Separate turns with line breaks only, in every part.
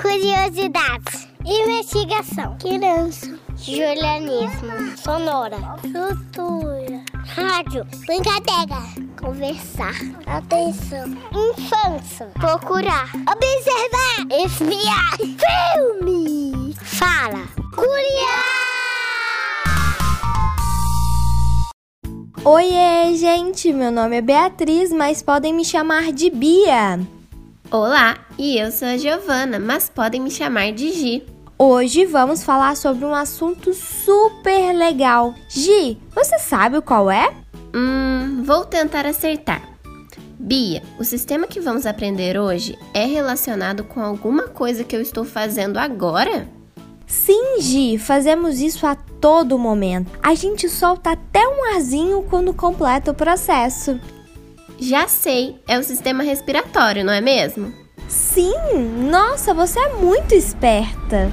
Curiosidades. Investigação. Criança. Julianismo. Sonora. Cultura. Rádio. Brincadeira. Conversar. Atenção. Infância. Procurar. Observar. Espiar. Filme. Fala. Curiar.
Oiê, gente! Meu nome é Beatriz, mas podem me chamar de Bia.
Olá, e eu sou a Giovana, mas podem me chamar de Gi.
Hoje vamos falar sobre um assunto super legal. Gi, você sabe qual é?
Hum, vou tentar acertar. Bia, o sistema que vamos aprender hoje é relacionado com alguma coisa que eu estou fazendo agora?
Sim, Gi, fazemos isso a todo momento. A gente solta até um arzinho quando completa o processo.
Já sei, é o sistema respiratório, não é mesmo?
Sim, nossa, você é muito esperta.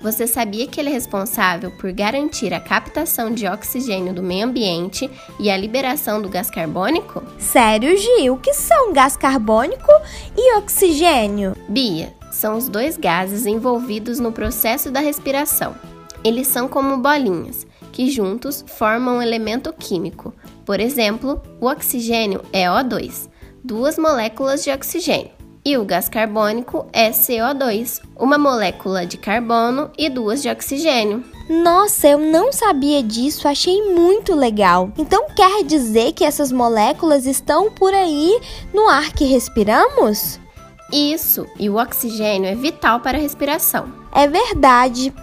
Você sabia que ele é responsável por garantir a captação de oxigênio do meio ambiente e a liberação do gás carbônico?
Sério, Gi, o que são gás carbônico e oxigênio?
Bia, são os dois gases envolvidos no processo da respiração. Eles são como bolinhas, que juntos formam um elemento químico. Por exemplo, o oxigênio é O2, duas moléculas de oxigênio, e o gás carbônico é CO2, uma molécula de carbono e duas de oxigênio.
Nossa, eu não sabia disso, achei muito legal. Então quer dizer que essas moléculas estão por aí no ar que respiramos?
Isso, e o oxigênio é vital para a respiração.
É verdade.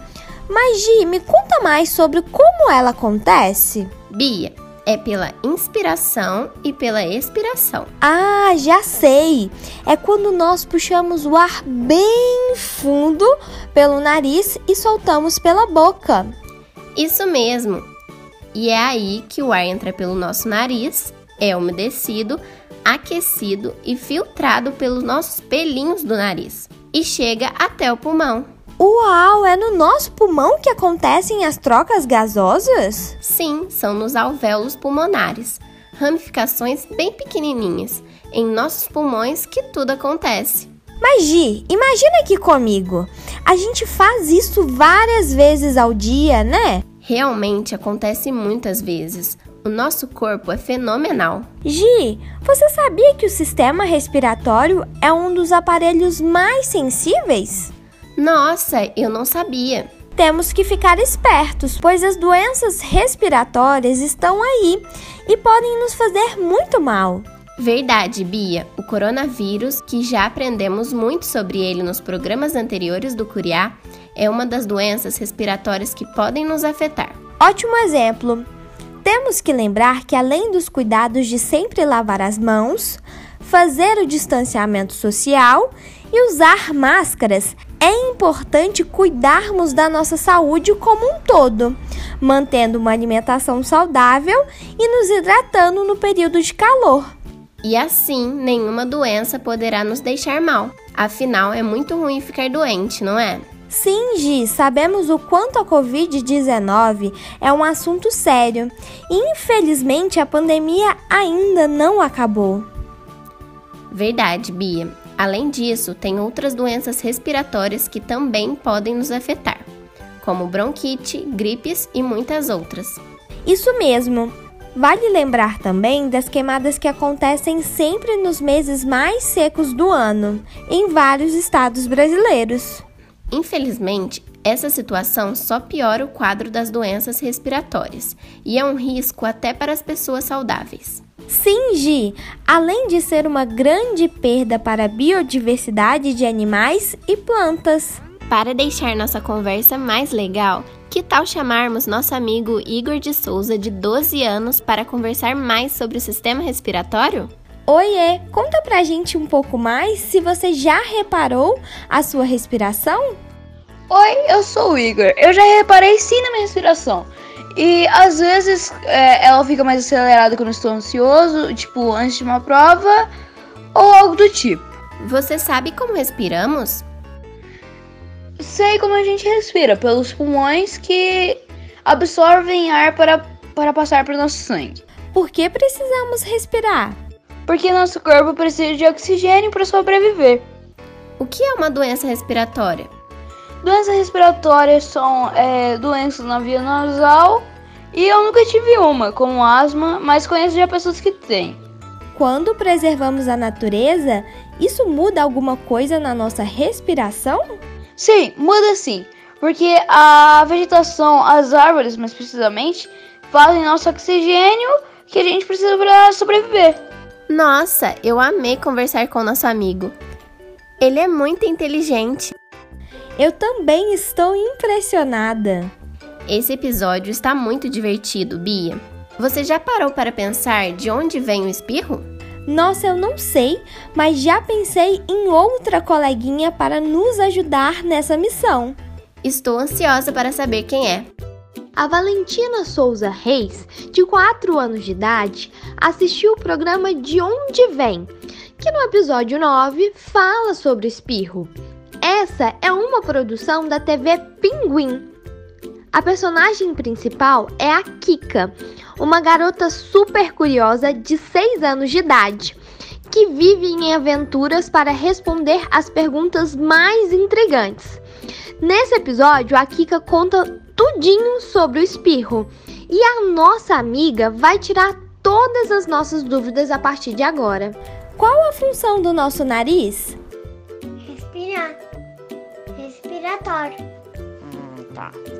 Mas Gi, me conta mais sobre como ela acontece.
Bia, é pela inspiração e pela expiração.
Ah, já sei! É quando nós puxamos o ar bem fundo pelo nariz e soltamos pela boca.
Isso mesmo. E é aí que o ar entra pelo nosso nariz, é umedecido, aquecido e filtrado pelos nossos pelinhos do nariz e chega até o pulmão.
Uau, é no nosso pulmão que acontecem as trocas gasosas?
Sim, são nos alvéolos pulmonares, ramificações bem pequenininhas, em nossos pulmões que tudo acontece.
Mas Gi, imagina aqui comigo. A gente faz isso várias vezes ao dia, né?
Realmente acontece muitas vezes. O nosso corpo é fenomenal.
Gi, você sabia que o sistema respiratório é um dos aparelhos mais sensíveis?
Nossa, eu não sabia.
Temos que ficar espertos, pois as doenças respiratórias estão aí e podem nos fazer muito mal.
Verdade, Bia. O coronavírus, que já aprendemos muito sobre ele nos programas anteriores do Curiá, é uma das doenças respiratórias que podem nos afetar.
Ótimo exemplo! Temos que lembrar que, além dos cuidados de sempre lavar as mãos, fazer o distanciamento social e usar máscaras, é importante cuidarmos da nossa saúde como um todo, mantendo uma alimentação saudável e nos hidratando no período de calor.
E assim, nenhuma doença poderá nos deixar mal. Afinal, é muito ruim ficar doente, não é?
Sim, Gi, sabemos o quanto a Covid-19 é um assunto sério e infelizmente a pandemia ainda não acabou.
Verdade, Bia. Além disso, tem outras doenças respiratórias que também podem nos afetar, como bronquite, gripes e muitas outras.
Isso mesmo. Vale lembrar também das queimadas que acontecem sempre nos meses mais secos do ano, em vários estados brasileiros.
Infelizmente, essa situação só piora o quadro das doenças respiratórias e é um risco até para as pessoas saudáveis.
Sim, Gi, além de ser uma grande perda para a biodiversidade de animais e plantas.
Para deixar nossa conversa mais legal, que tal chamarmos nosso amigo Igor de Souza, de 12 anos, para conversar mais sobre o sistema respiratório?
Oiê, conta pra gente um pouco mais se você já reparou a sua respiração?
Oi, eu sou o Igor. Eu já reparei sim na minha respiração. E às vezes é, ela fica mais acelerada quando estou ansioso, tipo antes de uma prova ou algo do tipo.
Você sabe como respiramos?
Sei como a gente respira, pelos pulmões que absorvem ar para, para passar para o nosso sangue.
Por que precisamos respirar?
Porque nosso corpo precisa de oxigênio para sobreviver.
O que é uma doença respiratória?
Doenças respiratórias são é, doenças na via nasal e eu nunca tive uma, como asma, mas conheço já pessoas que têm.
Quando preservamos a natureza, isso muda alguma coisa na nossa respiração?
Sim, muda sim, porque a vegetação, as árvores mais precisamente, fazem nosso oxigênio que a gente precisa para sobreviver.
Nossa, eu amei conversar com nosso amigo. Ele é muito inteligente.
Eu também estou impressionada.
Esse episódio está muito divertido, Bia. Você já parou para pensar de onde vem o espirro?
Nossa, eu não sei, mas já pensei em outra coleguinha para nos ajudar nessa missão.
Estou ansiosa para saber quem é.
A Valentina Souza Reis, de 4 anos de idade, assistiu o programa De Onde Vem, que no episódio 9 fala sobre o espirro. Essa é uma produção da TV Pinguim. A personagem principal é a Kika, uma garota super curiosa de 6 anos de idade, que vive em aventuras para responder as perguntas mais intrigantes. Nesse episódio, a Kika conta tudinho sobre o espirro e a nossa amiga vai tirar todas as nossas dúvidas a partir de agora.
Qual a função do nosso nariz?
Respirar. Respiratório.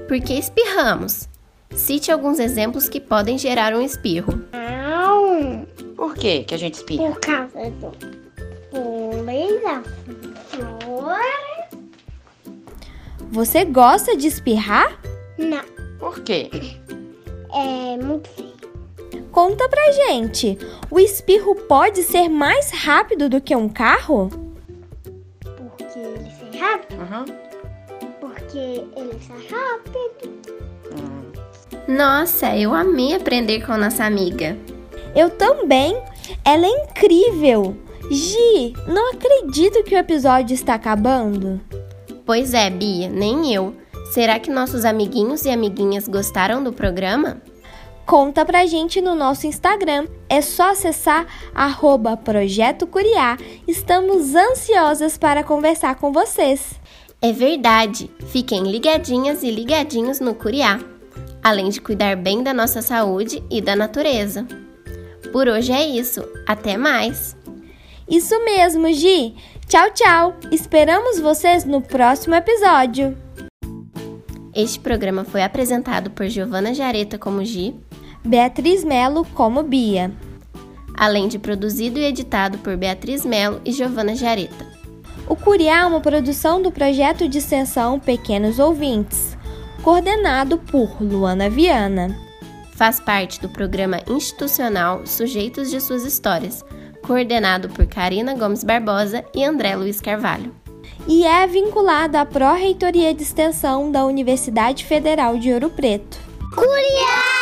Por que espirramos? Cite alguns exemplos que podem gerar um espirro.
Não.
Por que que a gente espirra?
Por causa do pólen da flor.
Você gosta de espirrar?
Não.
Por quê?
É muito feio.
Conta pra gente. O espirro pode ser mais rápido do que um carro?
Porque ele sai rápido.
Aham.
Porque ele sai rápido.
Nossa, eu amei aprender com nossa amiga.
Eu também. Ela é incrível. Gi, não acredito que o episódio está acabando.
Pois é, Bia, nem eu. Será que nossos amiguinhos e amiguinhas gostaram do programa?
Conta pra gente no nosso Instagram. É só acessar arroba Projeto Curiá. Estamos ansiosas para conversar com vocês.
É verdade! Fiquem ligadinhas e ligadinhos no Curiá, além de cuidar bem da nossa saúde e da natureza. Por hoje é isso, até mais!
Isso mesmo, Gi. Tchau, tchau. Esperamos vocês no próximo episódio.
Este programa foi apresentado por Giovana Jareta como Gi,
Beatriz Melo como Bia.
além de produzido e editado por Beatriz Melo e Giovana Jareta.
O Curiá é uma produção do projeto de extensão Pequenos Ouvintes, coordenado por Luana Viana.
Faz parte do programa institucional Sujeitos de Suas Histórias, coordenado por Karina Gomes Barbosa e André Luiz Carvalho.
e é vinculado à Pró-Reitoria de Extensão da Universidade Federal de Ouro Preto.
Curiar!